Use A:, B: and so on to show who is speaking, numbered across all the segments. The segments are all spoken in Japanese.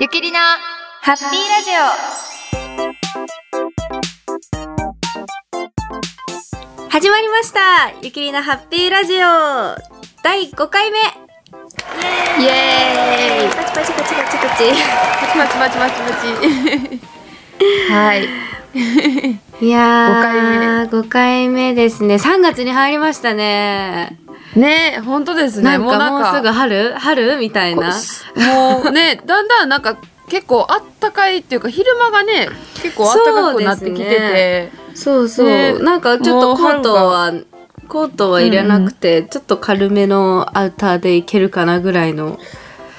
A: ゆきりなハッピーラジオ始まりましたゆきりなハッピーラジオ第5回目イエーイパチパチパチパチパチ
B: まちまちまちまち。はい。
A: いやー5回目ですね3月に入りましたね
B: ねえ、本当ですね。
A: なん
B: う
A: かもうすぐ春春みたいな
B: もうね、だんだんなんか結構あったかいっていうか、昼間がね、結構あったかくなってき
A: そ
B: て
A: うで
B: て。
A: そうそう、
B: ね
A: なんかちょっとコートはコートは入れなくて、ちょっと軽めのアウターでいけるかなぐらいの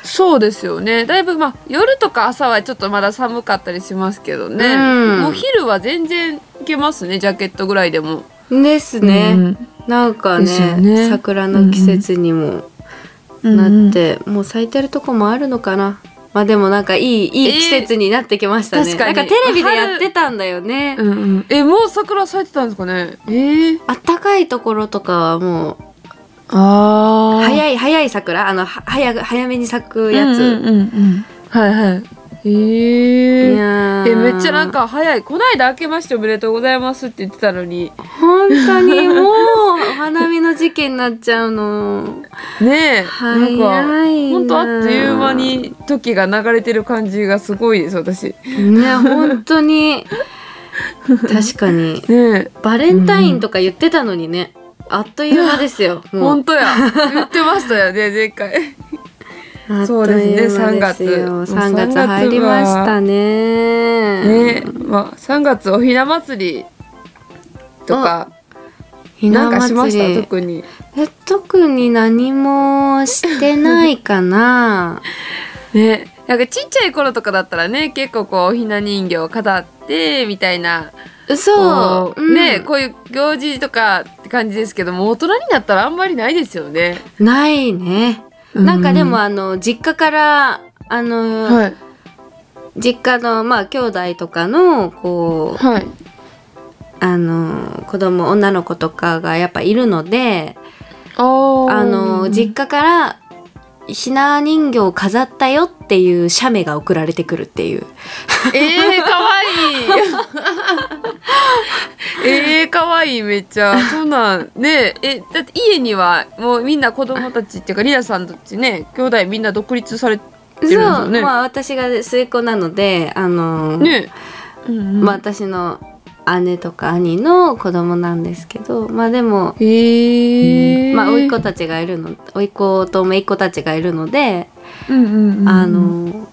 B: そうですよね。だいぶまあ、夜とか朝はちょっとまだ寒かったりしますけどね。
A: うん
B: もう昼は全然いけますね、ジャケットぐらいでも。
A: ですね、
B: うん
A: なんか
B: ですよ
A: ね
B: ね
A: 桜の季節にもなって、もう咲いてるとこもあるのかなまあでもなんかいいいい季節になってきましたね、
B: えー確かに
A: なんかテレビでやってたんだよね、
B: うんうんえ、もう桜咲いてたんですかね。ええ
A: あったかいところとかはも
B: あ
A: う
B: あ。
A: 早い早い桜あのは早く早めに咲くやつ、
B: うんうんうんうんはいはい
A: い
B: へえ
A: やー
B: えめっちゃなんか早いこないだ明けましておめでとうございますって言ってたのに
A: 本当にもうお花見の時期になっちゃうの
B: ねえ
A: 早いな
B: なんかほんとあっという間に時が流れてる感じがすごいです
A: ね
B: 私
A: 本当に確かに
B: ねえ
A: バレンタインとか言ってたのにね、あっという間ですよも
B: ほん
A: う
B: と や言ってましたよね前回
A: あっと
B: そうですね
A: いう間ですよ
B: 三
A: 三月
B: 月もう三月は
A: 入りましたね
B: ねえまあ3月おひな祭りとか
A: ひ
B: な
A: なん
B: かしま
A: 祭
B: した
A: り
B: 特に
A: え特に何もしてないか な
B: ねなんかちっちゃい頃とかだったらね結構こうおひな人形を飾ってみたいな
A: そ
B: こ
A: う、
B: うね、
A: うん
B: こういう行事とかって感じですけども大人になったらあんまりないですよね。
A: ないねなんかでもあの実家からあの、
B: はい
A: 実家のまあ兄弟とかのこう
B: はい
A: あの子供女の子とかがやっぱいるので
B: あー
A: あの実家からひな人形を飾ったよっていう写メが送られてくるっていう
B: えー、かわいい えー、かわいいめっちゃそうなんねえだって家にはもうみんな子供たちっていうかリナさんたちね兄弟みんな独立されてるんですよね。
A: まあ私が末っ子なのであの、
B: ねうんうん
A: まあ、私の姉とか兄の子供なんですけどまあでも、
B: へえ
A: まあ甥っ子たちがいるの甥っ子と姪っ子たちがいるので
B: うんうんうん
A: あの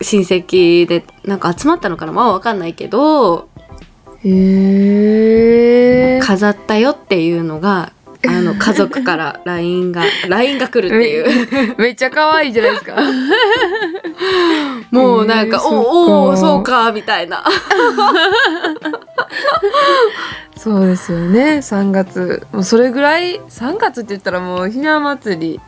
A: 親戚でなんか集まったのかなまあわかんないけど
B: へえ
A: 飾ったよっていうのがあ の家族から LINE が LINE が来るっていう
B: めっちゃ可愛いじゃないですか。
A: もうなんか「
B: えー
A: おーおーそ
B: そっか
A: うか」みたいな
B: そうですよね。3月もうそれぐらい3月って言ったらもうひな祭り、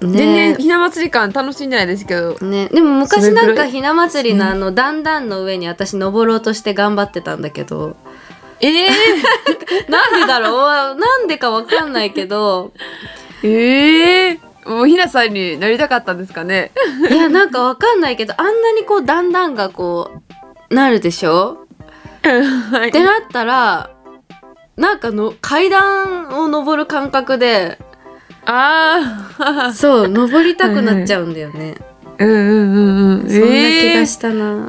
B: 全
A: ね
B: 然ひな祭り感楽しいんじゃないですけど。
A: ね、でも昔
B: それ
A: なん
B: ぐら
A: か
B: い
A: ひな祭りのあの段々の上に私登ろうとして頑張ってたんだけど
B: ええ
A: なんでだろう なんでかわかんないけど
B: ええもうひなさんになりたかったんですかね。
A: いやなんかわかんないけどあんなにこう段々がこうなるでしょ
B: は
A: ってなったらなんかの階段を登る感覚で
B: あ あ、
A: そう登りたくなっちゃうんだよね、
B: うんうんうんうん。
A: そんな気が
B: え
A: したな、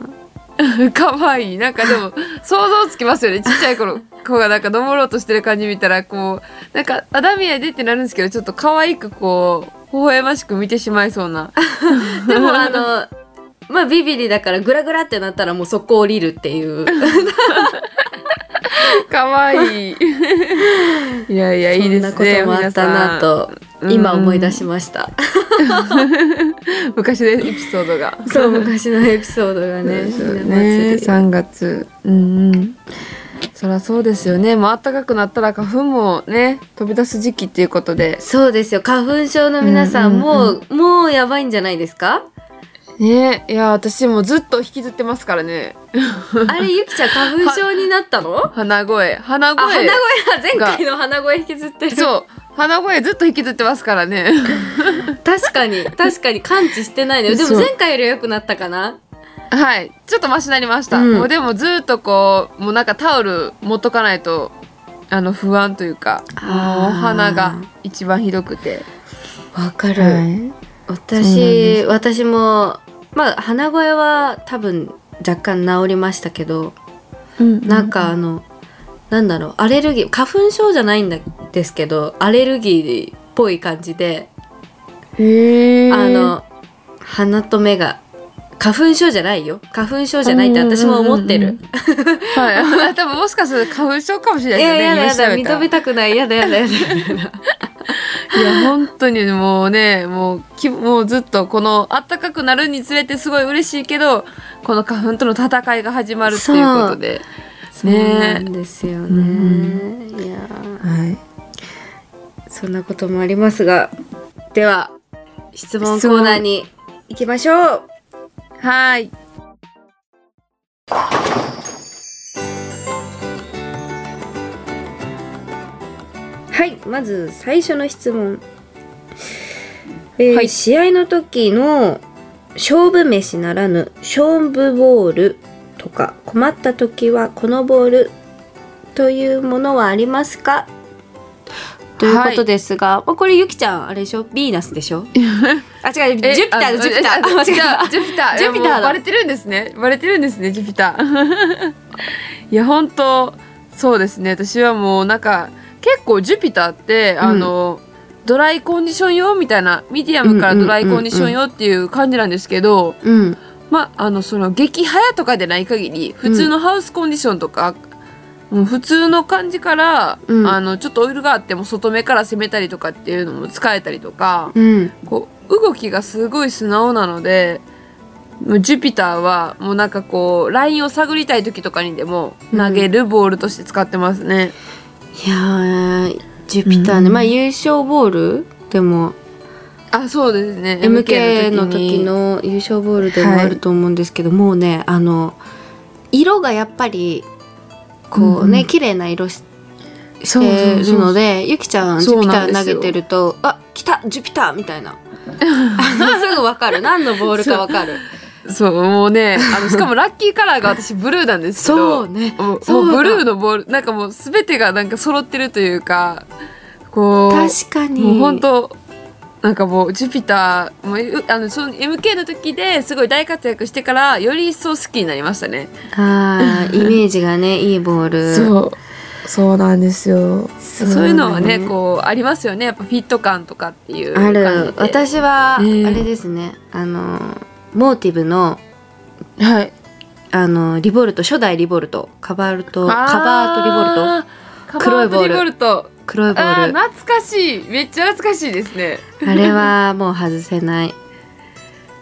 B: え可愛いなんかでも想像つきますよね。ちっちゃい頃子がなんか登ろうとしてる感じ見たらこうなんかあダメやでってなるんですけどちょっと可愛くこう微笑ましく見てしまいそう な。
A: でもあのまあビビリだからグラグラってなったらもう速攻降りるっていう
B: 可愛い い。いやいや、いいですね。
A: そんなこともあったなと
B: 皆さん
A: 今思い出しました、
B: 皆さん。昔のエピソードが。
A: そう昔のエピソードがね
B: そうですよ
A: ひな
B: ね。
A: 祭り
B: 三月。うんうん。そらそうですよね。もう暖かくなったら花粉もね、飛び出す時期っていうことで。
A: そうですよ花粉症の皆さん、
B: うんうんうん
A: もうもうやばいんじゃないですか
B: ねいや私もずっと引きずってますからね
A: あれゆきちゃん花粉症になったの？あ
B: 鼻声鼻声
A: 鼻声だ前回の鼻声引きずってる。
B: そう鼻声ずっと引きずってますからね
A: 確かに確かに感知してないのよ。でも
B: そう
A: 前回より良くなったかな。
B: はいちょっとマシになりました、
A: うん
B: もうでもずっとこうもうなんかタオル持っとかないとあの不安というかもう
A: あー
B: お鼻が一番ひどくて、
A: わかる。
B: はいそうなん
A: 私
B: で
A: 私もまあ鼻声は多分若干治りましたけど、なんかあのなんだろうアレルギー花粉症じゃないんだですけどアレルギーっぽい感じで、
B: へえ
A: あの鼻と目が花粉症じゃないよ花粉症じゃないって私も思ってる。
B: うんうん はい多分もしかすると花粉症かもしれない
A: い
B: ですよ
A: や
B: ね
A: やだや
B: 今調
A: だ
B: べた
A: 認めた
B: ら
A: くないやだやだ やだやだ
B: いや本当にもうねもうきもうずっとこの暖かくなるにつれてすごい嬉しいけどこの花粉との戦いが始まるっていうことで、
A: そうなんですよね、
B: う
A: いやー
B: はい、
A: そんなこともありますがでは質問コーナーに行きましょう
B: はい
A: はいまず最初の質問、えー
B: はい
A: 試合の時の勝負飯ならぬ勝負ボールとか困った時はこのボールというものはありますかということですが、まあこれゆきちゃんあれでしょヴィーナスでし ょあ違うジュピターだジュピターあ間違えた
B: ジュピター
A: ジュピターだ
B: いやもうバレてるんですねバレてるんですねジュピター いや本当そうですね私はもうなんか結構ジュピターってあの、ドライコンディション用みたいなミディアムからドライコンディション用っていう感じなんですけど、
A: うん
B: まあ、あのその激早とかでない限り普通のハウスコンディションとか、もう普通の感じから、
A: うん
B: あのちょっとオイルがあっても外目から攻めたりとかっていうのも使えたりとか、
A: うん
B: こう動きがすごい素直なのでもうジュピターはもうなんかこうラインを探りたい時とかにでも投げるボールとして使ってますね。
A: いやージュピターね、
B: うん
A: まあ優勝ボールでも
B: あそうですね
A: MK の時の優勝ボールでもあると思うんですけど、もうねあの色がやっぱりこう
B: うんう
A: ね
B: ん
A: 綺麗な色しし
B: そうそうそう
A: てるのでゆきちゃんジ
B: そ
A: ュ
B: う
A: ピタ
B: なん
A: ー
B: です
A: 投
B: よ
A: げてると「あ来たジュピター!」みたいな あのすぐわかる何のボールかわかる
B: そうもうねあのしかもラッキーカラーが私ブルーなんですけど
A: そうね
B: もう
A: そ
B: も
A: う
B: う
A: だ
B: ブルーのボールなんかもう全てがなんか揃ってるというかこう
A: 確かに
B: もう本当なんかもうジュピターもううあのその MK の時ですごい大活躍してからより一層好きになりましたね、
A: あーイメージが ねいいボール
B: うそうなんですよそういうのはね
A: そうだね
B: こうありますよねやっぱフィット感とかっていう
A: あ
B: 感じで
A: る私はあ
B: ね
A: れですね、あのモーティブの
B: はい
A: あのリボルト初代リボルトカバールとカバーとリボルト
B: ルト
A: 黒いボール
B: リボルト
A: 黒いボ
B: あ
A: ー
B: ー
A: ルあ
B: 懐かしいめっちゃ懐かしいですね
A: れはもう外せない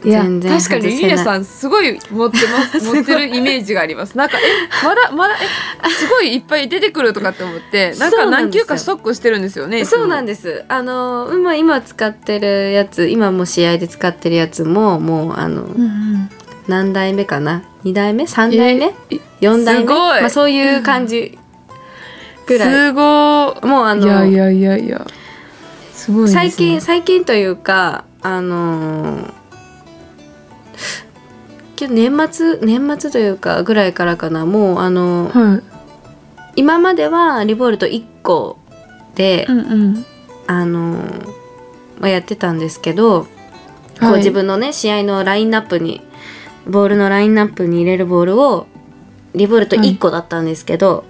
B: いや
A: 全然
B: 確か
A: 外せない
B: にリリアさんすごい持ってます 持ってるイメージがありますなんかえまだまだえすごいいっぱい出てくるとかって思ってなん
A: そ
B: か
A: うなん
B: 何
A: ですよ
B: 球かストックしてるんですよね
A: そうなん
B: で
A: ですあの今今使ってるやつ今もう試合で使ってるやつももうあの、
B: す、うん
A: 何代目かな2代目3代目
B: え
A: 4代目
B: すごい
A: まあ、そういう感じぐらい、
B: すご
A: もうあ
B: い
A: の
B: いやいやいやいやすごいですね
A: 最近最近というかあのーけど年末年末というかぐらいからかなもうあのー
B: は
A: 今まではリボルト1個で、
B: いうんうん
A: あのーまあ、やってたんですけど、こう自分のね試合のラインナップにボールのラインナップに入れるボールをリボルト1個だったんですけど、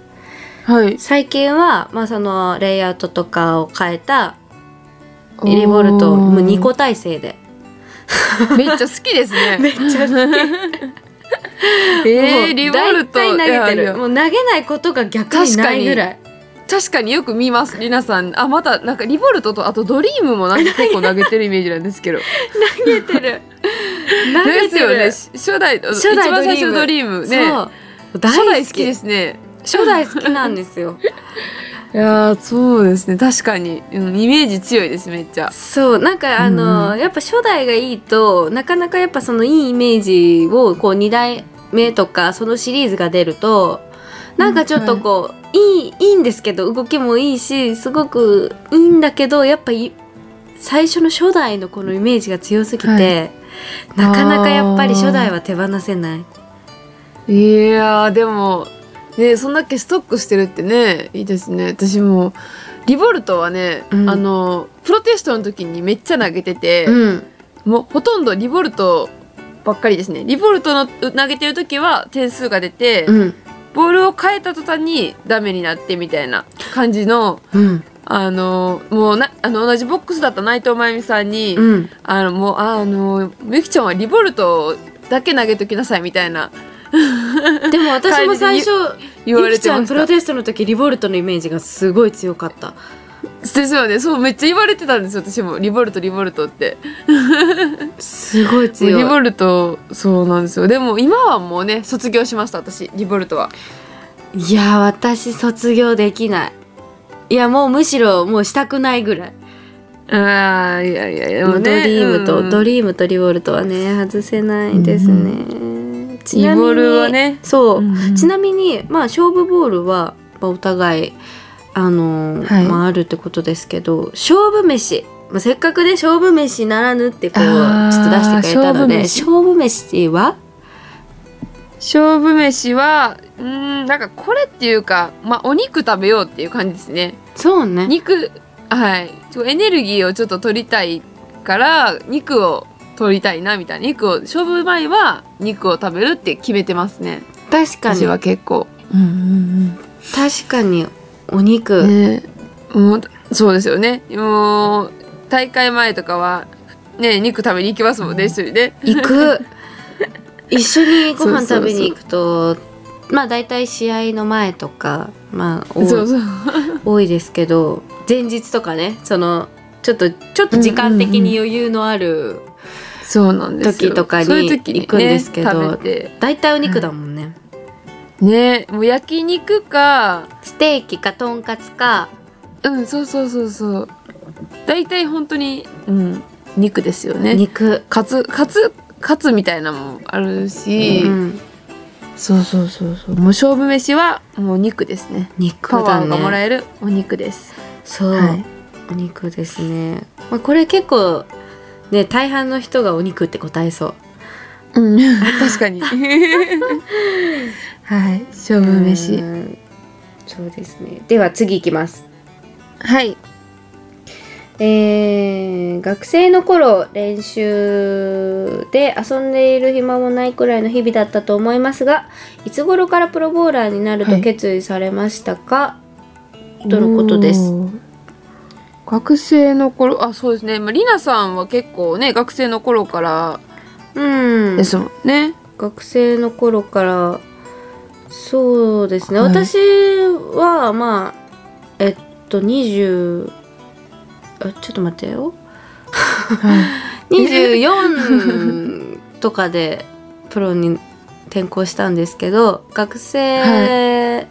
B: はい
A: 最近は、まあ、そのレイアウトとかを変えたリボルトもう2個体 制で
B: めっちゃ好きですねめっちゃ好きえ
A: も
B: ー、
A: う
B: リボルト
A: 大体投げて
B: いや
A: る
B: いや
A: もう投げないことが逆にないぐらい
B: 確かによく見ます皆さんあまたなんかリボルトとあとドリームもなんか結構投げてるイメージなんですけど
A: 投げてる投げ
B: です
A: て
B: よね
A: る
B: し初代
A: 初
B: 一
A: 代
B: 番最初の
A: ド
B: ド
A: リ
B: リームね
A: そう
B: 初代
A: 大好
B: 好き
A: き
B: で
A: です
B: すね
A: 初代好きなんですよ
B: いやーそうですね確かに、うん、イメージ強いですめっちゃ
A: そうなんかあの、
B: うん
A: やっぱ初代がいいとなかなかやっぱそのいいイメージをこう2代目とかそのシリーズが出るとなんかちょっとこう、いいいいんですけど動きもいいしすごくいいんだけどやっぱい最初の初代のこのイメージが強すぎて、
B: は
A: なかなかやっぱり初代は手放せない。
B: いやーでもねそんだけストックしてるってねいいですね私もリボルトはね、
A: うん
B: あのプロテストの時にめっちゃ投げてて、
A: うん、
B: もうほとんどリボルトばっかりですねリボルトのう投げてる時は点数が出て、
A: うん、
B: ボールを変えた途端にダメになってみたいな感じの
A: うん、
B: あのもうなあの同じボックスだった内藤真由美さんに、
A: うん、
B: あのもうあのみゆきちゃんはリボルトだけ投げときなさいみたいな
A: でも私も最初
B: 言わ
A: ゆ
B: れ
A: きち
B: て
A: ゃ
B: ま
A: ん
B: し
A: プ
B: た
A: ロテストの時リボルトのイメージがすごい強かった
B: ですよねそうめっちゃ言われてたんですよ私もリボルトリボルトって
A: すごい強い
B: リボルトそうなんですよでも今はもうね卒業しました私リボルトはい
A: や私卒業できないいやもうむしろもうしたくないぐらい、
B: あーいやいやいや
A: もうドリームと、ド
B: リ
A: リームとリボルトはね外せないですね、ちなみに
B: リボルはね
A: そう、
B: うん
A: ちなみにまあ勝負ボールは、まあ、お互いあのー
B: はい
A: まあ、あるってことですけど勝負飯、まあ、せっかくね勝負飯ならぬってこうちょ
B: あー
A: っと出してくれたので勝
B: 勝
A: 負飯は
B: 勝負飯はうーんなんかこれっていうかまあお肉食べようっていう感じですね
A: そうね
B: 肉はいちょエネルギーをちょっと取りたいから肉を取りたいなみたいな肉を勝負前は肉を食べるって決めてますね
A: 確かに
B: 私は結構うん
A: 確かにお肉、
B: ねもうそうですよねもう大会前とかはね肉食べに行きますもんね一人で
A: 行 く一緒にご飯
B: そうそうそう
A: 食べに行くとまあ大体試合の前とかまあ多い
B: そうそう
A: 多いですけど前日とかねそのちょっとちょっと時間的に余裕のある、
B: そうなんですよ
A: 時とかに
B: そういう時にね
A: 行くんですけど
B: 食べて
A: 大体お肉だもんね、
B: ねもう焼肉か
A: ステーキかとんかつか
B: うんそうそうそうそう大体本当にうん肉ですよね
A: 肉、
B: カツカツカツみたいなのもあるし、
A: うん、
B: そうそうそうそうもう勝負飯はもう肉ですね
A: 肉
B: パワ
A: だ
B: ーがもら
A: ね
B: えるお肉です、
A: そう、
B: はい
A: お肉ですね、まあ、これ結構ね大半の人がお肉って答えそう
B: うん確 かにはい勝負飯
A: うんそうですねでは次いきます
B: はい
A: えー学生の頃練習で遊んでいる暇もないくらいの日々だったと思いますがいつ頃からプロボウラーになる
B: は
A: と
B: い
A: 決意されましたか、とのことです。
B: おー学生の頃あそうですね、まあ、りなさんは結構ね学生の頃から
A: うん
B: ですもんね、
A: 学生の頃からそうですね、
B: はい
A: 私はまあえっと20あちょっと待ってよ24とかでプロに転校したんですけど学生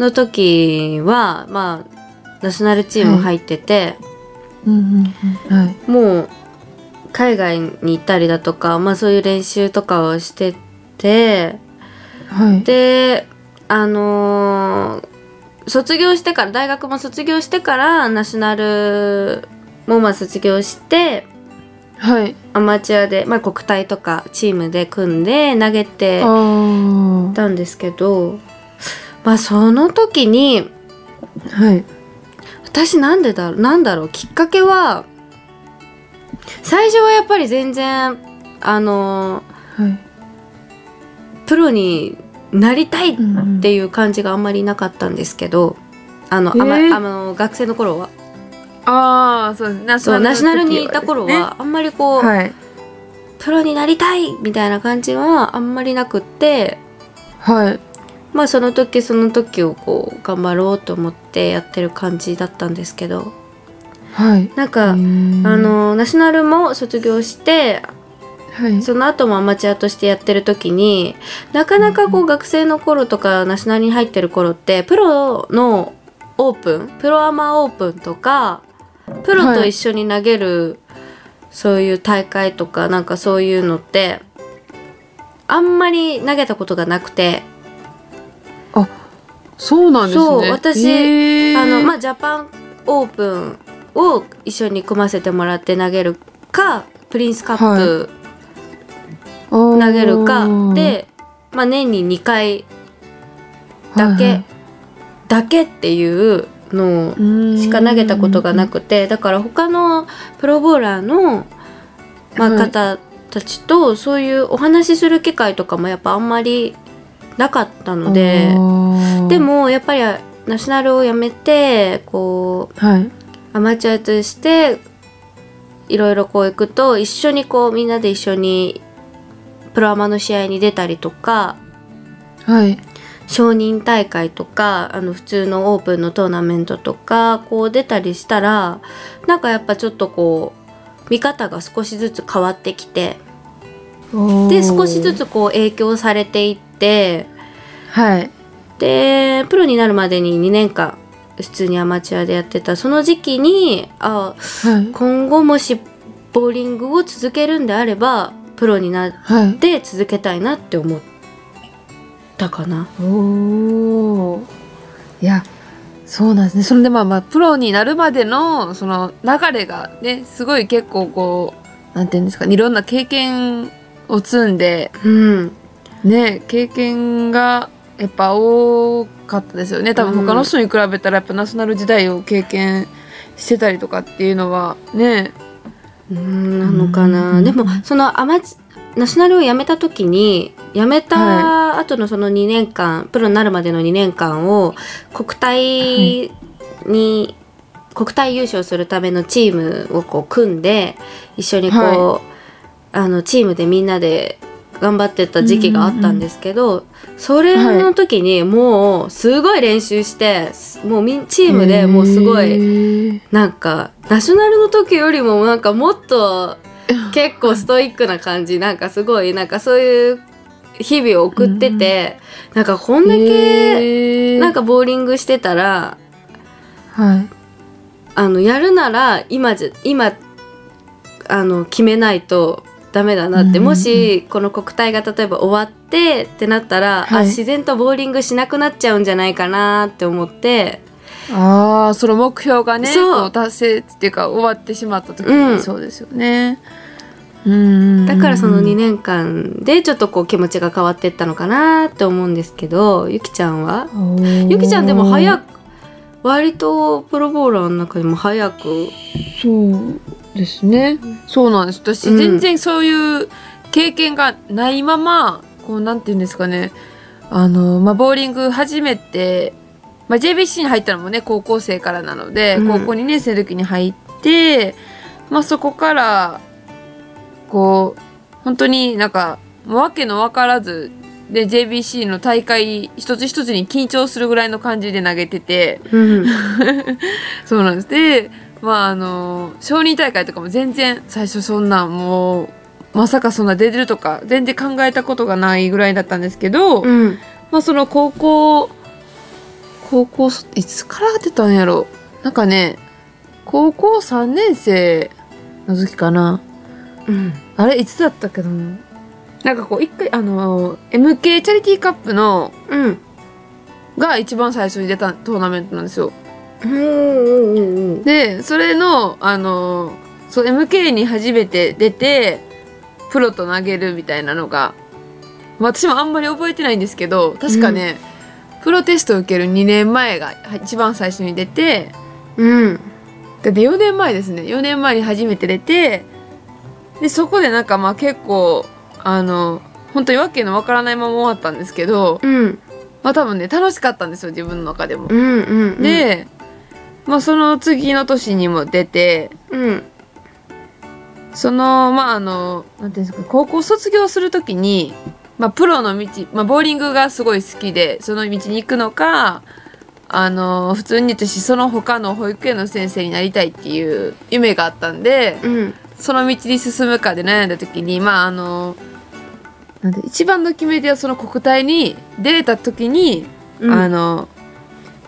A: の時は、まあナショナルチーム入ってて、
B: うんうんうんはい
A: もう海外に行ったりだとか、まあ、そういう練習とかをしてて
B: はい
A: であのー卒業してから大学も卒業してからナショナルもまあ卒業して
B: はい
A: アマチュアで、まあ、国体とかチームで組んで投げて
B: あ
A: たんですけど、まあ、その時に
B: あはい
A: 私なんでだろうなんだろうきっかけは最初はやっぱり全然あの
B: はい
A: プロになりたいっ
B: って
A: いう感じがあんまりなかったんですけどあの、あま
B: えー
A: あの学生の頃は
B: ああそうですナ
A: そうナショナルにい
B: 行
A: た頃は、あんまりこう、
B: はい
A: プロになりたいみたいな感じはあんまりなくって
B: はい
A: まあその時その時をこう頑張ろうと思ってやってる感じだったんですけど
B: はい
A: なんか、
B: あ
A: あのナショナルも卒業して
B: はい
A: その後もアマチュアとしてやってる時になかなかこう学生の頃とかナショナルに入ってる頃ってプロのオープンプロアマオープンとかプロと一緒に投げる、そういう大会とかなんかそういうのってあんまり投げたことがなくて
B: そうなんですね。
A: そう私
B: へー
A: あの、まあ、ジャパンオープンを一緒に組ませてもらって投げるかプリンスカップ投げるか、で、まあ、年に2回だけ、だけっていうのをしか投げたことがな
B: く
A: くてだから他のプロボウラーの、まあ、
B: はい
A: 方たちとそういうお話しする機会とかもやっぱあんまりなかったので。で、もやっぱりナショナルを辞めてこ
B: はい、
A: うアマチュアとしていろいろこう行くと一緒にこうみんなで一緒にプロアマの試合に出たりとか
B: はい、
A: 承認大会とかあの普通のオープンのトーナメントとかこう出たりしたらなんかやっぱちょっとこう見方が少しずつ変わってきてで少しず
B: つ、
A: つこう影響されていって
B: はい、
A: でプロになるまでに2年間普通にアマチュアでやってたその時期にあ
B: はい、
A: 今後もしボーリングを続けるんであればプロになっ
B: はい、
A: て続けたいなって思ったかな。
B: おーいやそうなんですねそれでまあまあプロになるまでのその流れがねすごい結構こうなんていうんですかいろんな経験を積んで
A: うん、
B: ね経験がやっぱ多かったですよね多
A: う
B: 分
A: ん
B: 他の人に比べたらやっぱナショナル時代を経験してたりとかっていうのはね
A: うんなのかな、
B: うん
A: でもそのアマチナショナルを辞めた時に辞めた後のその2年間、プロになるまでの2年間を国体に、国体優勝するためのチームをこう組んで一緒にこう、
B: は
A: あのチームでみんなで頑張ってた時期があったんですけど、それの時にもうすごい練習してもうみんチームでもうすごい。
B: い
A: なんかナショナルの時よりもなんかもっと結構ストイックな感じなんかすごいなんかそういう日々を送ってて、なんかこんだけなん
B: か
A: かボーリングしてたら
B: はい
A: あのやるなら今じゃ今あの決めないとダメだなって、
B: うん
A: もしこの国体が例えば終わってってなったら、
B: は
A: あ
B: い
A: 自然とボーリングしなくなっちゃうんじゃないかなって思って。
B: ああその目標がね
A: そう
B: こう達成っていうか終わってしまった時
A: うん
B: にそうですよね。うん
A: だからその2
B: 年
A: 年間でちょっとこう気持ちが変わってったのかなって思うんですけどゆきちゃんはゆきちゃんでも早く割とプロボウラーの中でも早く
B: そうですねそうなんです私
A: うん
B: 全然そういう経験がないまま、こうなんていうんですかねあの、まあ、ボーリング初めて、まあ、JBC に入ったのもね高校生からなので、
A: うん
B: 高校2年生の時に入って、まあ、そこからこう本当になんかもう訳の分からずで JBC の大会一つ一つに緊張するぐらいの感じで投げてて。
A: うん
B: そうなんです。で、まああの承認大会とかも全然最初そんなもうまさかそんな出てるとか全然考えたことがないぐらいだったんですけど、
A: うん
B: まあその高校高校そいつから出たんやろなんかね高校3年生の時かな
A: うん
B: あれいつだったっけどなんかこう一回あの MK チャリティーカップの
A: うん
B: が一番最初に出たトーナメントなんですよ。
A: うんうん
B: でそれのあのそう MK に初めて出てプロと投げるみたいなのがまあ私もあんまり覚えてないんですけど確かね、プロテストを受ける2年前がは一番最初に出て
A: うん
B: でで4年前ですね4年前に初めて出てでそこでなんかまあ結構あの本当に訳のわからないまま終わったんですけど
A: うん
B: まあ多分ね楽しかったんですよ自分の中でも。
A: うんうん
B: で、まあ、その次の年にも出て
A: うん
B: そのまああのなんていうんですか高校卒業するときに、まあ、プロの道、まあ、ボーリングがすごい好きでその道に行くのかあの普通に私その他の保育園の先生になりたいっていう夢があったんで
A: うん
B: その道に進むかで悩んだ時にまああのなんて一番の決め手はその国体に出れた時に、
A: うん
B: あの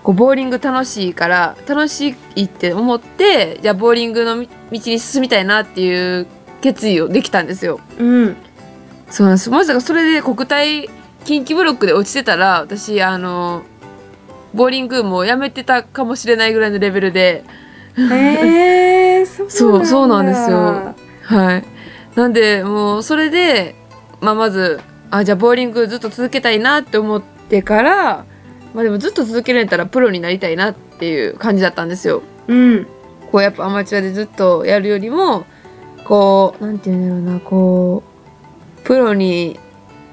B: こうボーリング楽しいから楽しいって思ってじゃあボーリングの道に進みたいなっていう決意をできたんですよ。
A: うん
B: そうなんですまさかそれで国体近畿ブロックで落ちてたら私あのボーリングもやめてたかもしれないぐらいのレベルで。
A: へえー、
B: そうそうなん
A: だ
B: ですよはい、なんでもうそれで、まあ、まずあじゃあボーリングずっと続けたいなって思ってから、まあ、でもずっと続けられたらプロになりたいなっていう感じだったんですよ。
A: うん
B: こうやっぱアマチュアでずっとやるよりもこうなんていうんだろうなこうプロに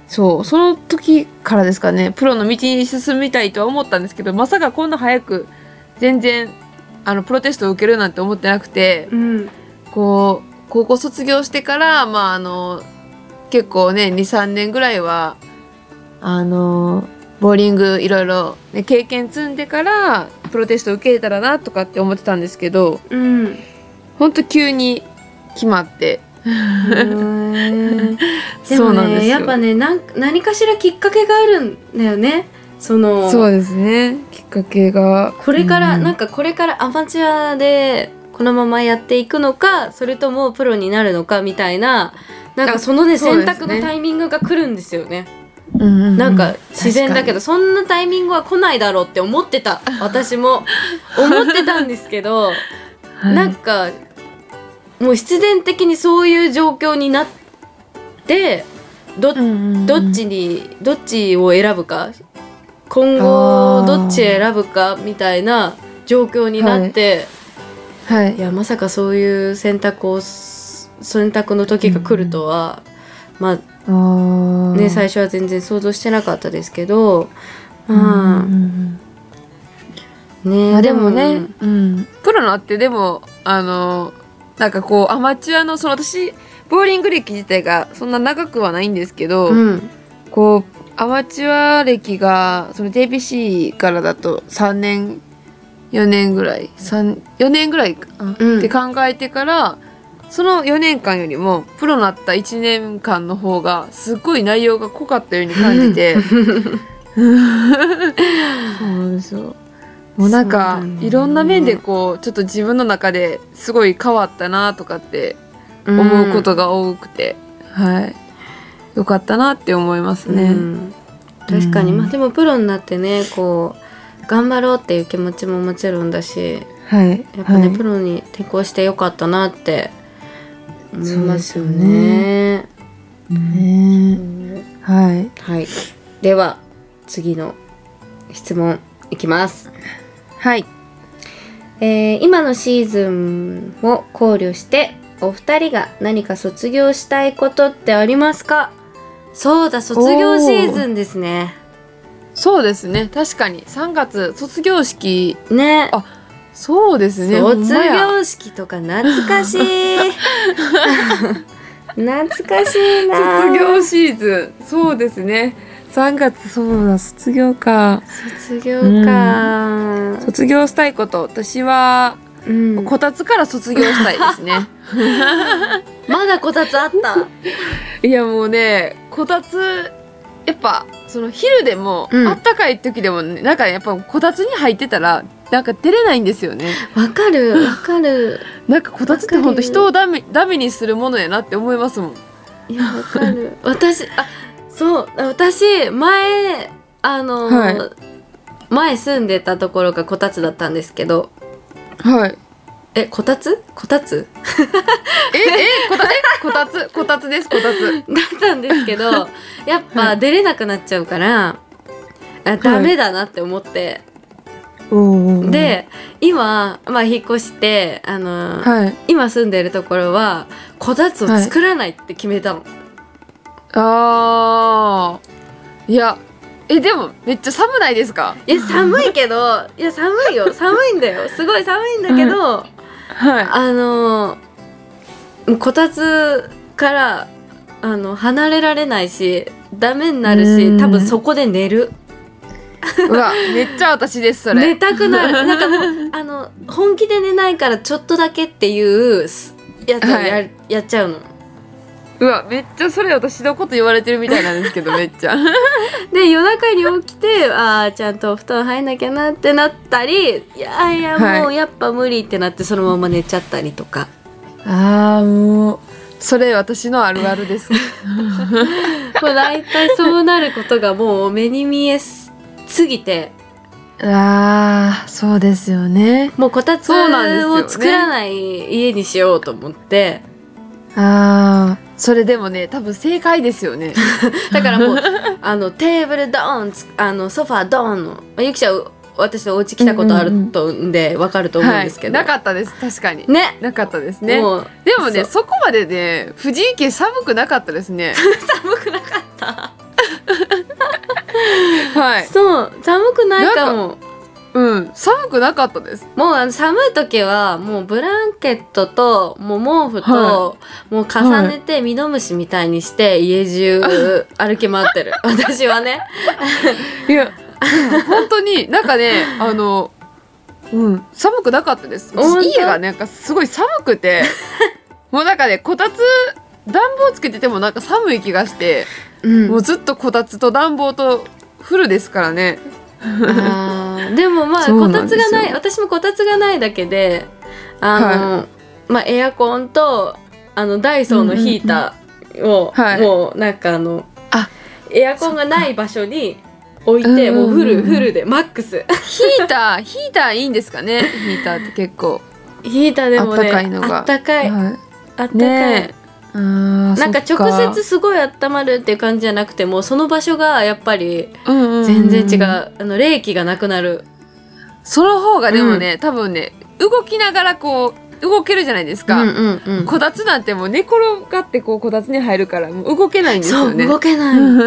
B: そうその時からですかねプロの道に進みたいとは思ったんですけどまさかこんな早く全然あのプロテストを受けるなんて思ってなくて。
A: うん
B: こう高校卒業してから、まあ、あの結構ね23年ぐらいはあのボーリングいろいろ、ね、経験積んでからプロテスト受けれたらなとかって思ってたんですけど
A: うんへ
B: ほんと急に決まって
A: ーで
B: そ
A: も
B: うなんで
A: ね
B: すよ
A: やっぱねなん何かしらきっかけがあるんだよねその
B: そうですねきっかけが
A: これから、
B: うん
A: なんかこれからアマチュアでこのままやっていくのかそれともプロになるのかみたいななんかそのね
B: そうで
A: 選
B: すね
A: 択のタイミングが来るんですよね
B: ううう
A: なんか自然だけ
B: 確か
A: どそんなタイミングは来ないだろうって思って た私も思ってたんですけど、
B: にはい
A: なんかもう必然的にそういう状況になってど,、
B: うんうんうん
A: どっちにどっちを選ぶか今後
B: あー
A: どっち選ぶかみたいな状況になって、
B: はい
A: い、やまさかそういう選択をす選択の時が来るとは、まあ
B: あー
A: ね、最初は全然想像してなかったですけど、う
B: うんうんうん
A: ね
B: んまあでもね、うん、プロのあってでもあのなんかこうアマチュアのその私ボーリング歴自体がそんな長くはないんですけど、
A: うん
B: こうアマチュア歴がその JPC からだと3年4年ぐらい34年ぐらいかな、
A: うん
B: って考えてからその4年間よりもプロになった1年間の方がすっごい内容が濃かったように感じてそうなんですよもうなん
A: そう
B: か
A: なんだね
B: いろんな面でこうちょっと自分の中ですごい変わったなとかって思うことが多くて、はいよかったなって思いますね。
A: うん確かに、
B: うん
A: まあでもプロになってねこう頑張ろうっていう気持ちももちろんだし
B: はい、
A: やっぱね、
B: はい
A: プロに転向してよかったなって思いますよ
B: そうですよ
A: ね。
B: ね
A: うん
B: はい、
A: はい、では次の質問いきます。
B: はい、
A: えー今のシーズンを考慮してお二人が何か卒業したいことってありますかそうだ卒業シーズンですね。
B: そうですね確かに3月卒業式
A: ね
B: あそうですね
A: 卒
B: ほんまや
A: 業式とか懐かしい 懐かしいな
B: 卒業シーズンそうですね3月そうだ卒業か
A: 卒業か
B: 卒業したいこと私は
A: うん、
B: こたつから卒業したいですね
A: まだこたつあった
B: いやもうねこたつやっぱその昼でも、
A: うん
B: あったかい時でもねなんかやっぱこたつに入ってたらなんか出れないんですよね
A: わかるわかる
B: なんかこたつってほんと人をダメダメにするものやなって思いますもん
A: いやわかる 私あそう私前あの、
B: はい
A: 前住んでたところがこたつだったんですけど
B: はい
A: えこたつこたつ
B: ええこた えこたつこたつですこたつ
A: だったんですけど やっ
B: は
A: ぱ出れなくなっちゃうから、あダメだなって思って、で今、まあ、引っ越して、あのー
B: はい
A: 今住んでるところはこたつを作らないって決めたの、
B: あーいやえでもめっちゃ寒ないですか
A: い、や寒いけどいや寒いよ寒いんだよすごい寒いんだけど、
B: は
A: あのーもうこたつからあの離れられないしダメになる
B: う
A: し
B: ん
A: 多分そこで寝る
B: いうわめっちゃ私ですそ
A: 寝
B: れ
A: たくなる なんかもうあの本気で寝ないからちょっとだけっていうすやつをや,、
B: は
A: やっちゃうの
B: うわめっちゃそれ私のこと言われてるみたいなんですけどめっちゃ
A: で夜中に起きてああちゃんとお布団入んなきゃなってなったりいやいや
B: はい
A: もうやっぱ無理ってなってそのまま寝ちゃったりとか
B: ああもうそれ私のあるあるです
A: もう大体そうなることがもう目に見えすぎて
B: ああそうですよね
A: もうこたつ
B: そうなんですよね
A: を作らない家にしようと思って、
B: ああそれでもね多分正解ですよね
A: だからもう あのテーブルドーンつあのソファードーンのまあゆきちゃん私のお家来たことあるとんでわかると思うんですけど、
B: はい、なかったです確かに
A: ね
B: なかったですね
A: も う
B: でもね
A: そ
B: そこまでね藤井家寒くなかったですね
A: 寒くなかった
B: はい
A: そう寒くないかも
B: うん寒くなかったです
A: もうあの寒い時はもうブランケットともう毛布と、
B: は
A: もう重ねてミノムシみたいにして家 中歩き回ってる私はね
B: いや本当になんかねあのうん寒くなかったです
A: 本当
B: 私家がねなんかすごい寒く てもうなんかねこたつ暖房つけててもなんか寒い気がして、
A: うん
B: もうずっとこたつと暖房とフルですからね
A: あーでもまあ
B: そう
A: こ
B: な
A: た
B: ん
A: つ
B: ですよ
A: がない私もこたつがないだけであの、まあエアコンとあのダイソーのヒーターを、
B: うんうんうんはい
A: もうなんかあの
B: あ
A: エアコンがない場所に置いて
B: そっか
A: もうフ
B: うん
A: ル
B: うんうん
A: フルでマック ス
B: ヒーターヒーターいいんですかねヒーターって結構
A: ヒーターでも
B: あっ
A: ね
B: たかいのが
A: あったかいあっ
B: は
A: たかい、
B: い、ねえあー
A: なんか
B: そっ
A: 直接すごい温まるっていう感じじゃなくてもうその場所がやっぱり
B: うんうんうん
A: 全然違う、あの冷気がなくなる
B: その方がでもね、多分ね動きながらこう動けるじゃないですか、
A: うんうんうん
B: こたつなんてもう寝転がってこうこたつに入るからもう動けないんです
A: そ
B: よ
A: う
B: ね。
A: 動け ないの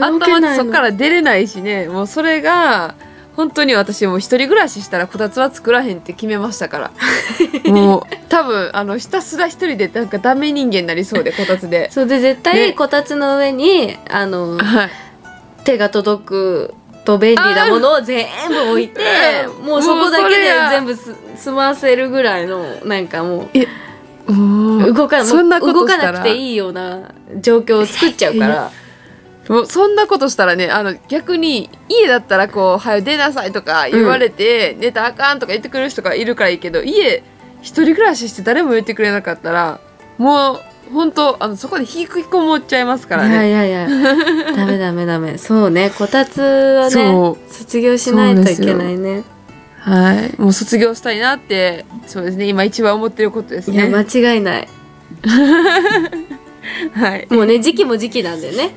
B: あん
A: 動けないの
B: そっから出れないしねもうそれが本当に私もう一人暮らししたらこたつは作らへんって決めましたから もう多分あのひたすら一人でなんかダメ人間になりそうでこたつで。
A: そうで絶対
B: ね
A: こたつの上に、あの
B: はい
A: 手が届くと便利なものを全部置いて
B: うん
A: もうそこだけで
B: もうそれや
A: 全部す済ませるぐらいのなんかもう
B: 動
A: 動か
B: そんなこと
A: 動か
B: したら
A: なくていいような状況を作っちゃうから。
B: もうそんなことしたらねあの逆に家だったらこう「早く出なさい」とか言われて「寝たらあかん」とか言ってくれる人がいるからいいけど家一人暮らしして誰も言ってくれなかったらもう本当あのそこで引きこもっちゃいますから
A: いやい
B: ね。
A: やいやダメダメダメそうねこたつはね
B: そう
A: 卒業しないといけないね
B: はいもう卒業したいなってそうですね今一番思ってることです
A: いや
B: ね。
A: 間違いない
B: はい
A: もうね時期も時期なんでね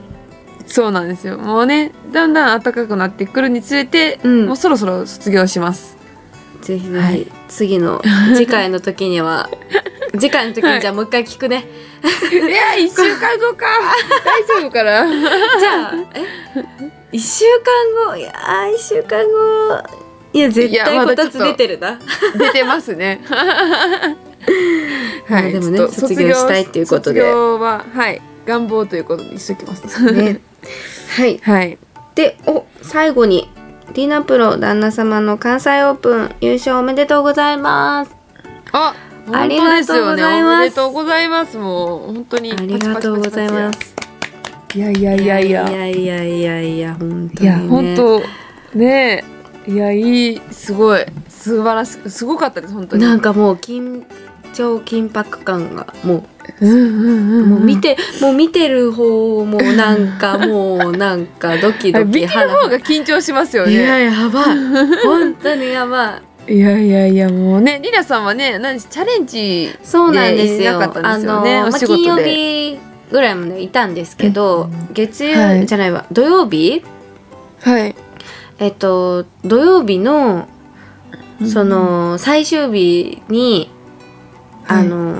B: そうなんですよもうねだんだん暖かくなってくるにつれて、
A: うん
B: もうそろそろ卒業します。
A: ぜひぜひ、
B: はい
A: 次の次回の時には次回の時にじゃあもう一回聞く ね、
B: いや一週間後か 大丈夫かな
A: じゃあえ1週間後いや1週間後いや絶
B: いやま
A: 対
B: だ
A: こ
B: ち
A: た
B: ょっと
A: つ出てるな、
B: 出てま すね。は
A: まあでもね
B: ちょっと
A: 卒業したいっていうことで
B: 卒業ははい願望ということにしときます。
A: ね、はい
B: はい。
A: でお最後にリナプロ旦那様の関西オープン優勝おめでとうございますあ
B: あ、本
A: り
B: 当
A: が
B: です
A: とうご
B: よね。
A: ざいます
B: おめでとうございます。もう本当に
A: ありがとうございま。
B: パチパチパチ
A: す
B: パチいやいやいやいや。
A: いやいやいやいや本当
B: い
A: に、
B: や
A: ね、
B: 本当ねえいやいいすごい素晴らしいすごかったです本当に。
A: なんかもう緊張緊迫感がも
B: うんうんう
A: う,、
B: ん
A: もう見てもう見てる方もなんかもうなんかドキ
B: あ
A: ド
B: 見て
A: キ
B: る方が緊張しますよ
A: いや
B: ね。
A: やばい本当にやばい
B: いやいやいやもうねリナさんはね何チャレンジ
A: そうなんですよ
B: でいなかった
A: あ
B: んです
A: の、
B: よね
A: まあ、
B: お仕事
A: 金
B: で
A: 曜日ぐらいまでいたんですけど月曜、
B: はい
A: じゃないわ土曜日
B: はい
A: えっと土曜日の
B: うん
A: その最終日に、
B: はい
A: あの、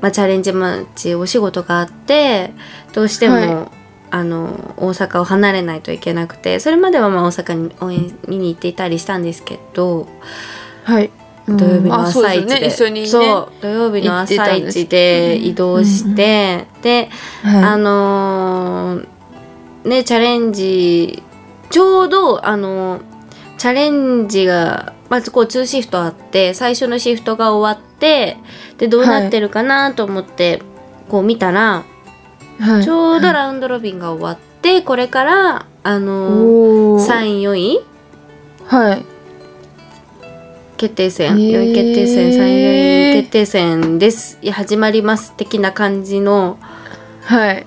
A: まあ、チャレンジマッチお仕事があってどうしても、
B: は
A: あの大阪を離れないといけなくてそれまではまあ大阪に応援見に行っていたりしたんですけど
B: はい
A: 土曜日の
B: あそう
A: 朝
B: すよ
A: 一で,、
B: ね、一緒にね
A: そう土曜日の朝
B: 行ってたんです
A: 一で移動して、で、あ
B: は
A: のーねチャレンジちょうどあのーチャレンジがまずこう2シフトあって最初のシフトが終わってでどうなってるかなと思って、こう見たら、
B: はい
A: ちょうどラウンドロビンが終わってこれからあの
B: おー
A: 3位4位
B: はい
A: 決定戦、
B: へー
A: 4位決定戦3位4位決定戦ですいや始まります的な感じの、
B: はい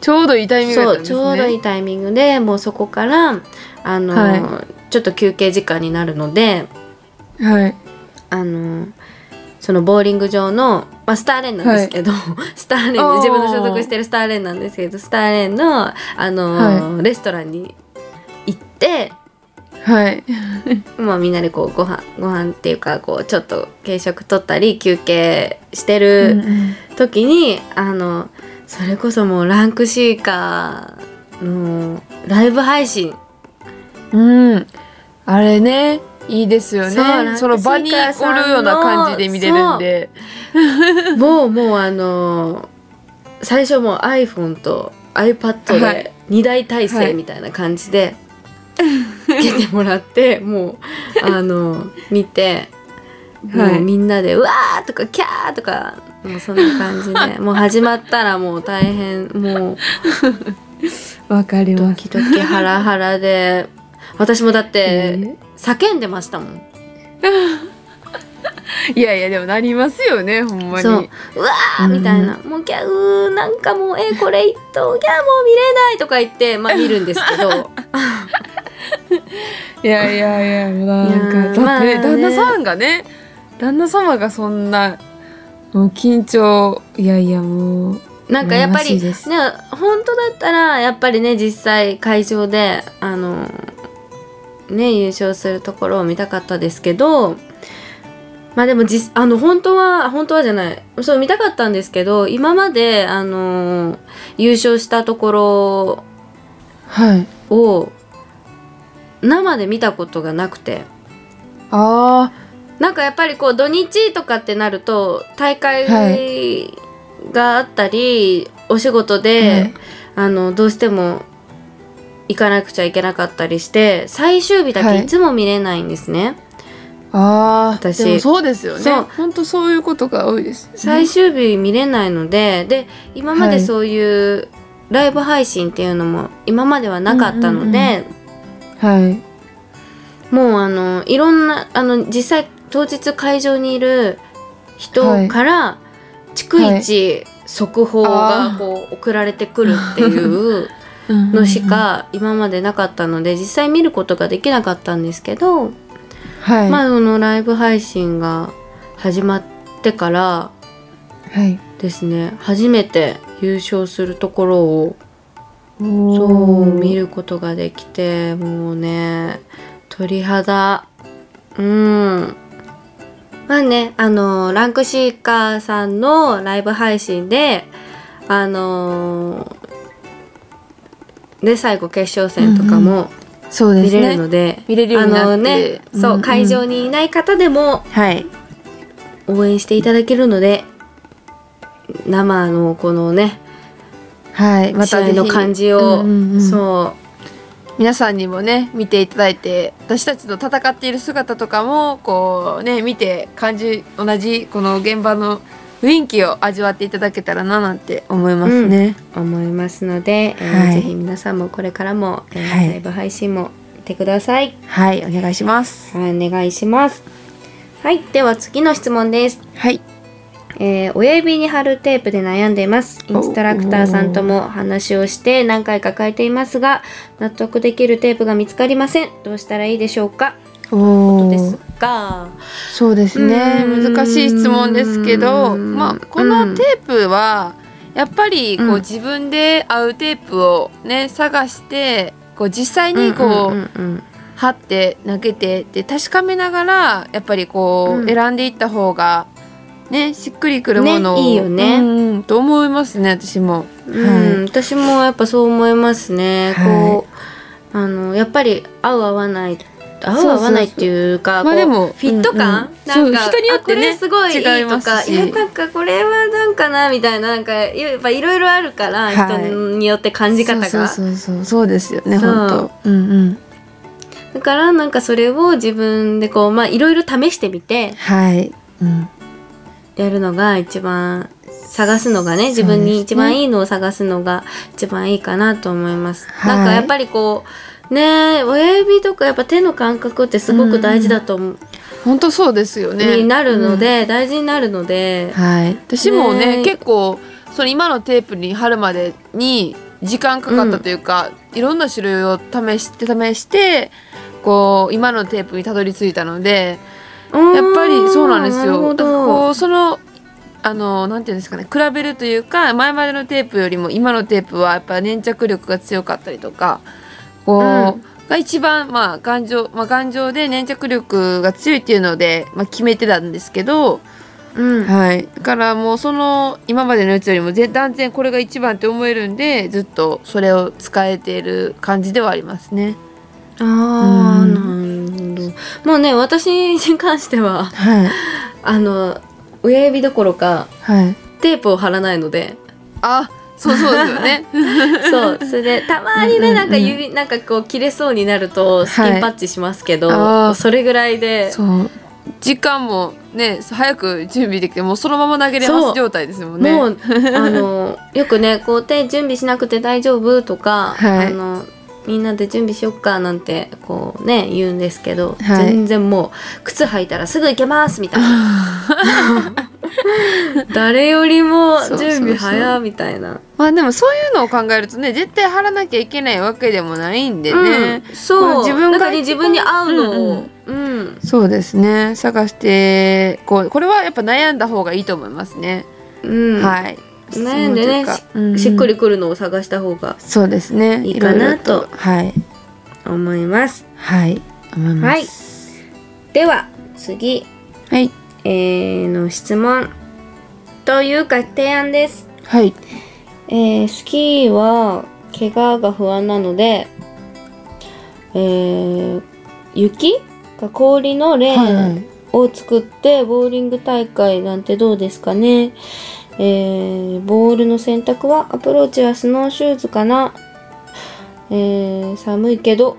B: ちょうどいいタイミングだ
A: そ
B: った
A: う
B: んです
A: ち
B: ね
A: ょうどいいタイミングでもうそこからあの、
B: は
A: ちょっと休憩時間になるので
B: はい
A: あのそのボーリング場の、まあ、スターレーンなんですけど、 スターレーン
B: おー
A: 自分の所属してるスターレーンなんですけどスターレーンのあの、レストランに行って、
B: はい
A: まあ、みんなでこうご飯ご飯っていうかこうちょっと軽食取ったり休憩してる時に、あのそれこそもうランクシーカーのライブ配信
B: うん、うんあれねいいですよ
A: そう
B: ねその場に
A: ランクシー
B: お
A: カーさんの
B: るような感じで見れるんで
A: もうもうあのー最初もう iPhone と iPad
B: は
A: で
B: い
A: 2台体制みたいな感じでつけてもらって、もうあのー見て、
B: は
A: もう
B: い
A: みんなで「うわー!」とか「キャー!」とかもうそんな感じ でもう始まったらもう大変もう
B: わかり
A: ドキドキハラハラで私もだって
B: え
A: 叫んでましたもん。
B: いやいやでもなりますよねほんまに
A: そううわーみたいな、もうギャうーなんかもうえーこれ一等ギャーもう見れないとか言ってまあ見るんですけ ど
B: いやいやいや、もうなんか、
A: いやー
B: だってね、
A: まあ
B: 旦
A: ね
B: 那さんがね、旦那様がそんな、もう緊張、いやいやもう、
A: なんかやっぱり
B: 羨ましい
A: ね
B: です
A: 本当だったらやっぱりね実際会場であのね優勝するところを見たかったですけどまあでも実あの本当は本当はじゃないそう見たかったんですけど今まであの優勝したとこ
B: はい。
A: ろを生で見たことがなくて。
B: あ
A: なんかやっぱりこう土日とかってなると大
B: は
A: 会があったり、お仕事
B: は
A: で
B: い、
A: あのどうしても行かなくちゃいけなかったりして最終日だ
B: は
A: け
B: い
A: いつも見れないんですね、
B: あ、ああ、
A: 私
B: でもそうですよね
A: そう。
B: 本当そういうことが多いです、ね。
A: 最終日見れないのでで今ま
B: は
A: で
B: い
A: そういうライブ配信っていうのも今まではなかったの
B: うんうん
A: で、
B: はい。
A: もうあのいろんなあの実際当日会場にいる
B: は
A: 人
B: い
A: から逐一速報がこう送られてくるっていうのしか 今までなかったので実際見ることができなかったんですけど、
B: はい。
A: まあそのライブ配信が始まってから
B: はい。
A: ですね初めて優勝するところをそ
B: そう
A: 見。ることができてもうね鳥肌うんまあねあのランクシーカーさんのライブ配信であので最後決勝戦とかも
B: そうで
A: 見
B: す
A: れる
B: ね。
A: ので,、
B: 見れるようになって
A: あのねそう、
B: うんうん
A: 会場にいない方でも
B: はい。
A: 応援していただけるので生のこのね
B: はい。また
A: 試合の感じを、
B: そう。
A: そう
B: 皆さんにもね見ていただいて私たちと戦っている姿とかもこうね見て感じ同じこの現場の雰囲気を味わっていただけたらななんて思いますね。
A: 思いますので、えー
B: はい
A: ぜひ皆さんもこれからも、えー
B: はい
A: ライブ配信も見てください、
B: はいお願いします。
A: はいお願いしますはいでは次の質問です、
B: はい
A: えー親指に貼るテープで悩んでいますインストラクターさんとも話をして何回か書いていますが納得できるテープが見つかりませんどうしたらいいでしょうか
B: お
A: で
B: ー
A: すが
B: そうですね
A: うん
B: 難しい質問ですけど、
A: うん
B: まあ、このテープはやっぱりこ
A: う
B: うん自分で合うテープをね探してこう実際にこう。
A: うんうんうん
B: 張って投げてで確かめながらやっぱりこう、
A: うん
B: 選んでいった方がねしっくりくるものを、
A: ねいいよね
B: うんうんと思いますね私も。
A: うん
B: はい
A: 私もやっぱそう思いますね。
B: はい
A: こうあのやっぱり合う合わない合う合わないっていうか、
B: そうそうそ
A: こう
B: うまあでも
A: フィット感、
B: うんうん
A: なんか
B: そう人によってね
A: あこれすごいいい
B: 違い
A: と
B: ます
A: かい
B: し
A: やなんかこれはなんかなみたいななんかやっぱいろいろあるから、
B: はい
A: 人によって感じ方が
B: そうそうそうそうそうですよね
A: そう
B: 本当。うんうん。
A: だからなんかそれを自分でこうまあいろいろ試してみて
B: はい。うん。
A: やるのが一番探すのがね自分に一番いいのを探すのが一番いいかなと思います。なんか
B: はい
A: やっぱりこうね親指とかやっぱ手の感覚ってすごく大事だと思う、
B: 本当そうですよね。
A: になるので、大事になるので
B: うん、、はい。私もね
A: ねえ
B: 結構その今のテープに貼るまでに時間かかったというか、いろんな種類を試して試してこう今のテープにたどり着いたのでやっぱりそうなんです
A: なる
B: よ。
A: ほ
B: だからこ
A: ど
B: うそのあのなんていうんですかね比べるというか前までのテープよりも今のテープはやっぱ粘着力が強かったりとかこう、
A: うん
B: が一番まあ頑丈まあ頑丈で粘着力が強いっていうのでまあ決めてたんですけど、
A: うん
B: はい。だからもうその今までのやつよりも全断然これが一番って思えるんでずっとそれを使えている感じではありますね。
A: ああ、
B: うん
A: なるほど。もうね、私に関しては、
B: はい
A: あの、親指どころか、
B: はい。
A: テープを貼らないので、
B: あそうそうですよね。
A: そう、それで、たまに
B: うんうん
A: ね、
B: うん
A: なんか指、なんかこう、切れそうになると、スキンパッチしますけど、
B: あー
A: それぐらいで、
B: そう時間もね早く準備できてもうそのまま投げれ
A: そ
B: ま
A: う
B: す状態ですもんね。
A: もう、あの、よくね、こう、手準備しなくて大丈夫とか、
B: はい
A: あの、みんなで準備しよっかなんてこうね言うんですけど、
B: はい
A: 全然もう靴履いたらすぐ行けますみたいな 誰よりも
B: そうそうそう
A: 準備早みたいな。
B: まあでもそういうのを考えるとね絶対貼らなきゃいけないわけでもないんでね。
A: うん、そう
B: これ自分が
A: なんかね自分に合うのを、うん
B: そうですね探してこうこれはやっぱ悩んだ方がいいと思いますね。
A: うん
B: はい。
A: 悩んでね
B: 質問というか
A: しっくりくるのを探した方が
B: そうですね。
A: いいかなと
B: いろいろはい
A: 思います。
B: はい思います。
A: では次、
B: はい
A: えーの質問というか提案です。
B: はい
A: えースキーは怪我が不安なので、えー雪か氷のレ
B: はいは
A: ーン
B: い
A: を作ってボーリング大会なんてどうですかね、えーボールの選択はアプローチはスノーシューズかな、えー寒いけど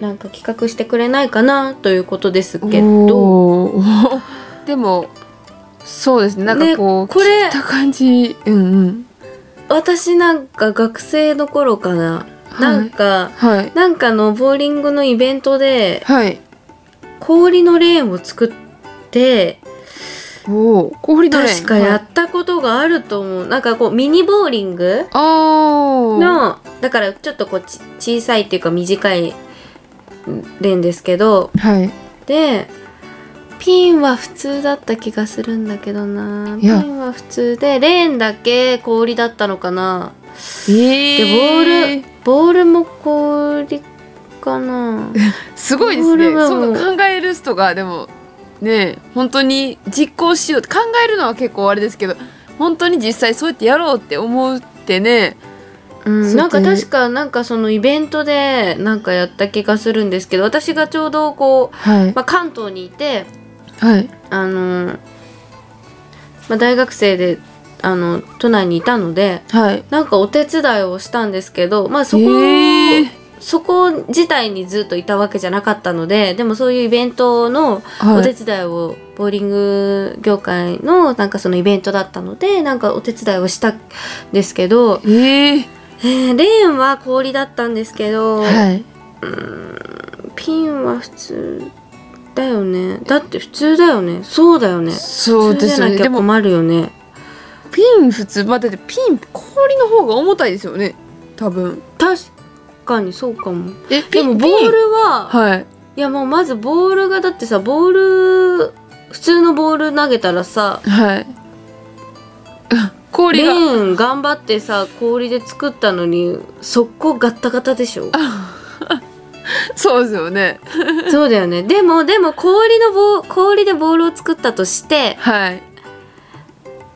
A: なんか企画してくれないかなということですけど
B: おーでもそうですねなんかこう、
A: ねこれ
B: 聞いた感じうんうん
A: 私なんか学生の頃かな、
B: はい
A: なんか
B: はい
A: なんかのボーリングのイベントで
B: はい
A: 氷のレーンを作って
B: おお氷ドレン
A: 確かやったことがあると思う、なんかこうミニボーリング
B: あー
A: のだからちょっとこうち小さいっていうか短いレンですけど
B: はい
A: でピンは普通だった気がするんだけどないピ
B: や
A: ンは普通でレーンだけ氷だったのかな
B: え
A: でボールボールも氷か な
B: すごいで
A: ボ
B: す
A: ー
B: ね
A: ルは
B: そ
A: もう
B: の考える人がでもね本当に実行しようって考えるのは結構あれですけど本当に実際そうやってやろうって思うってね
A: うん、
B: そう
A: なんか
B: で
A: 確かなんかそのイベントでなんかやった気がするんですけど私がちょうどこ
B: は
A: う、
B: い
A: まあ、関東にいて
B: はい
A: あのーまあ、大学生であの都内にいたので
B: はい
A: なんかお手伝いをしたんですけど、まあ、そこ、
B: えー
A: そこ自体にずっといたわけじゃなかったのででもそういうイベントのお
B: は
A: 手
B: い
A: 伝いを、ボーリング業界のなんかそのイベントだったのでなんかお手伝いをしたんですけど、
B: えー
A: えーレーンは氷だったんですけど、
B: はい
A: ピンは普通だよねだって普通だよねそうだよね
B: そうです
A: 普通
B: よね
A: じゃ
B: で
A: なきゃ
B: も
A: 困るよね
B: ピン普通まあだってピン氷の方が重たいですよね多分
A: 確かにそうかも
B: え
A: でもボールは
B: はい
A: いやもうまずボールがだってさボール普通のボール投げたらさ
B: はい 氷
A: レ
B: が
A: ーン頑張ってさ氷で作ったのに速攻ガッタガタでしょ
B: そうですよね
A: そうだよねでもでも氷のボー氷でボールを作ったとして
B: はい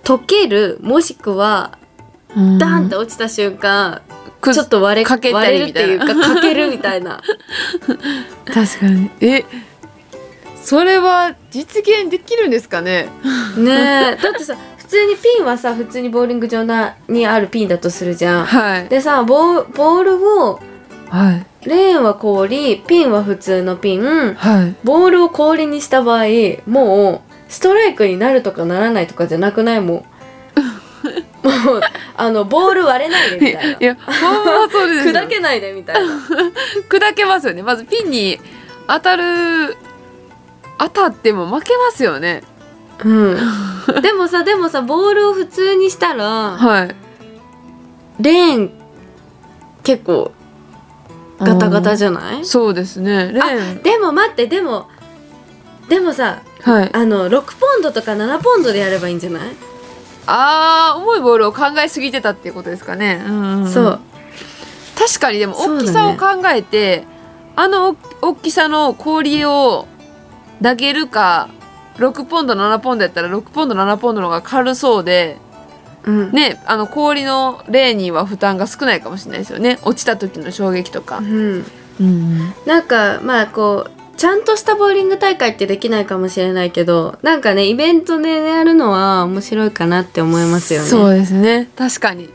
A: 溶けるもしくはダンって落ちた瞬間、
B: く
A: ちょっと割れ
B: かけた
A: 割れ
B: り
A: るっ
B: み
A: て
B: た
A: い
B: いうな
A: かかけるみたい な
B: 確かにえそれは実現できるんですかね
A: ねえだってさ普通にピンはさ普通にボーリング場なにあるピンだとするじゃん
B: はい
A: でさボーボールを
B: はい
A: レーンは氷ピンは普通のピン
B: はい
A: ボールを氷にした 場合もうストライクになるとかならないとかじゃなくないもんもうあのボール割れないでみたいない
B: やほんまそうですよ
A: 砕けないでみたいな
B: 砕けますよねまずピンに当たる当たっても負けますよね
A: うんでもさでもさボールを普通にしたら
B: はい
A: レーン結構ガタガタ
B: じ
A: じゃない
B: そうですねレーン
A: でも待ってでもでもさ
B: はい
A: あの6ポンドとか7ポンドでやればいいんじゃない、
B: あー重いボールを考えすぎてたっていうことですかね、うんん
A: そう
B: 確かにでも
A: そうだ
B: 大
A: ね
B: きさを考えて、あのお大きさの氷を投げるか6ポンド7ポンドやったら6ポンド7ポンドの方が軽そうで
A: うん
B: ねあの氷のレーには負担が少ないかもしれないですよね落ちた時の衝撃と
A: う
B: か、
A: ん、なんかまあこうちゃんとしたボーリング大会ってできないかもしれないけどなんかねイベントでやるのは面白いかなって思いますよね。
B: そうですね確かに、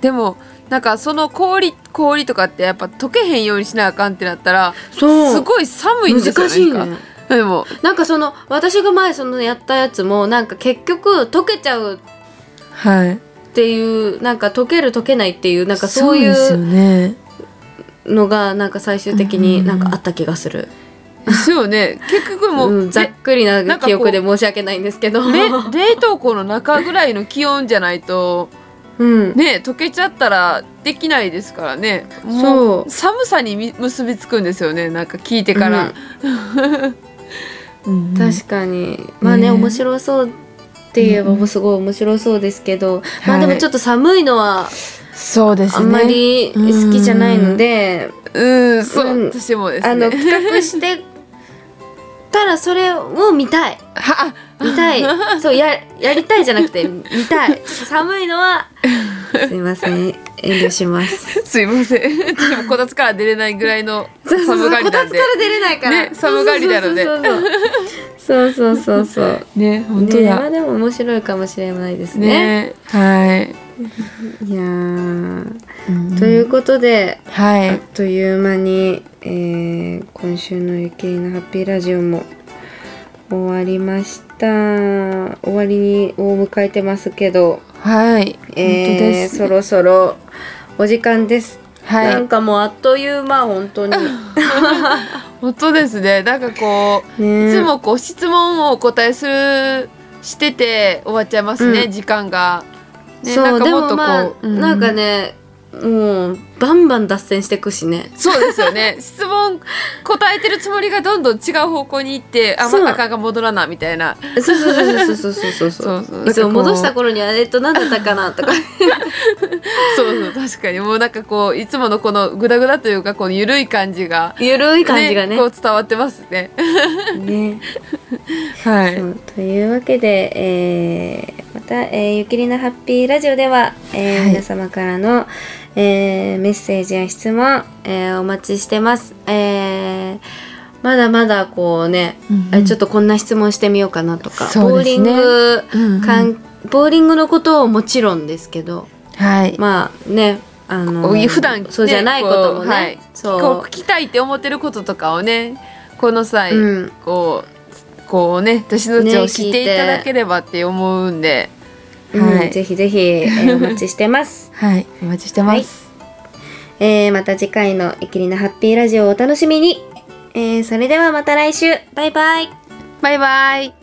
B: でもなんかその氷氷とかってやっぱ溶けへんようにしなあかんってなったら
A: そう
B: すごい寒いんです
A: 難
B: よ
A: しい
B: なん
A: ね
B: か。でも
A: なんかその私が前そのやったやつもなんか結局溶けちゃう
B: はい
A: っていうなんか溶ける溶けないっていうなんかそうい
B: ですよ
A: う
B: ね
A: のがなんか最終的になんかあった気がする。
B: ですよね結局もう、
A: うんざっくり
B: なん
A: な
B: かこう
A: 記憶で申し訳ないんですけど。
B: れ冷凍庫の中ぐらいの気温じゃないと
A: うん、
B: ね溶けちゃったらできないですからね
A: そ
B: も
A: う
B: 寒さにみ結びつくんですよねなんか聞いてから、 うん
A: 確かにまあね
B: ね
A: 面白そうって言えば
B: うんうん
A: すごい面白そうですけど、ま
B: は
A: あ
B: い
A: でもちょっと寒いのは
B: そうです
A: あ
B: ね
A: んまり好きじゃないので、
B: うんそう、
A: うん
B: 私もですね
A: あの企画してたらそれを見たい
B: は
A: 見た いそうややりたいじゃなくて見たい寒いの はすいません遠慮します。
B: すいま せん私もこたつから出れないぐらいの
A: そうそうそ
B: 寒
A: う
B: がり
A: こ
B: な
A: た
B: ん
A: つ
B: で
A: から出れないから、
B: ね寒がりなので
A: そうそうそうそうそうそうそう
B: ね本当
A: ねま
B: だ
A: あでも面白いかもしれないです
B: ね
A: ね。
B: はい
A: いやーということで、
B: は
A: あっ
B: い
A: という間に、えー今週のゆきりのハッピーラジオも終わりました終わりにを迎えてますけど、
B: はい本当
A: え
B: で
A: ー、
B: す、
A: そろそろお時間です、
B: はい
A: なんかもうあっという間本当 に
B: 本当ですねなんかこう、
A: ね
B: いつもこう質問をお答えするしてて終わっちゃいますね、
A: うん
B: 時間が、ね、
A: そうでも
B: こ
A: まあ、
B: うう
A: なんかねもうバンバン脱線してくしね
B: そうですよね 質問答えてるつもりがどんどん違う方向に行ってあ
A: そ
B: ま
A: う
B: たかが戻らなみたいな
A: そうそう そうそうそうそうそう
B: そう
A: そ
B: そうう
A: そう戻した
B: こ
A: 頃にはえっと何だったかなとか
B: そうそう確かにもうなんかこういつものこのグダグダというかこの緩い感じが、
A: ゆるい感じがね
B: こう伝わってますね
A: ね
B: はい
A: そうというわけで、えーまた、えーゆきりなハッピーラジオでは、えー
B: はい
A: 皆様からの、えーメッセージや質問、えーお待ちしてます。えーまだまだこうね、
B: うんう
A: あ
B: ん
A: ちょっとこんな質問してみようかなとか、
B: そ
A: ボー
B: うで
A: リ
B: す
A: ン
B: ね
A: グ、
B: うんうん
A: かんボーリングのことをもちろんですけど、
B: はい
A: まあね、あの
B: こう普段、ね、
A: そうじゃないことも
B: こ
A: ね、
B: うはい
A: そう
B: こう聞きたいって思ってることとかをねこの際、
A: うん
B: こうこうね私のちを知っていただければって思うんで、
A: うん
B: はい
A: ぜひぜひ、えーお待ちしてます。
B: はいお待ちしてます、
A: えーまた次回の「イキリのハッピーラジオ」をお楽しみに、えーそれではまた来週バイバイ
B: バイバイ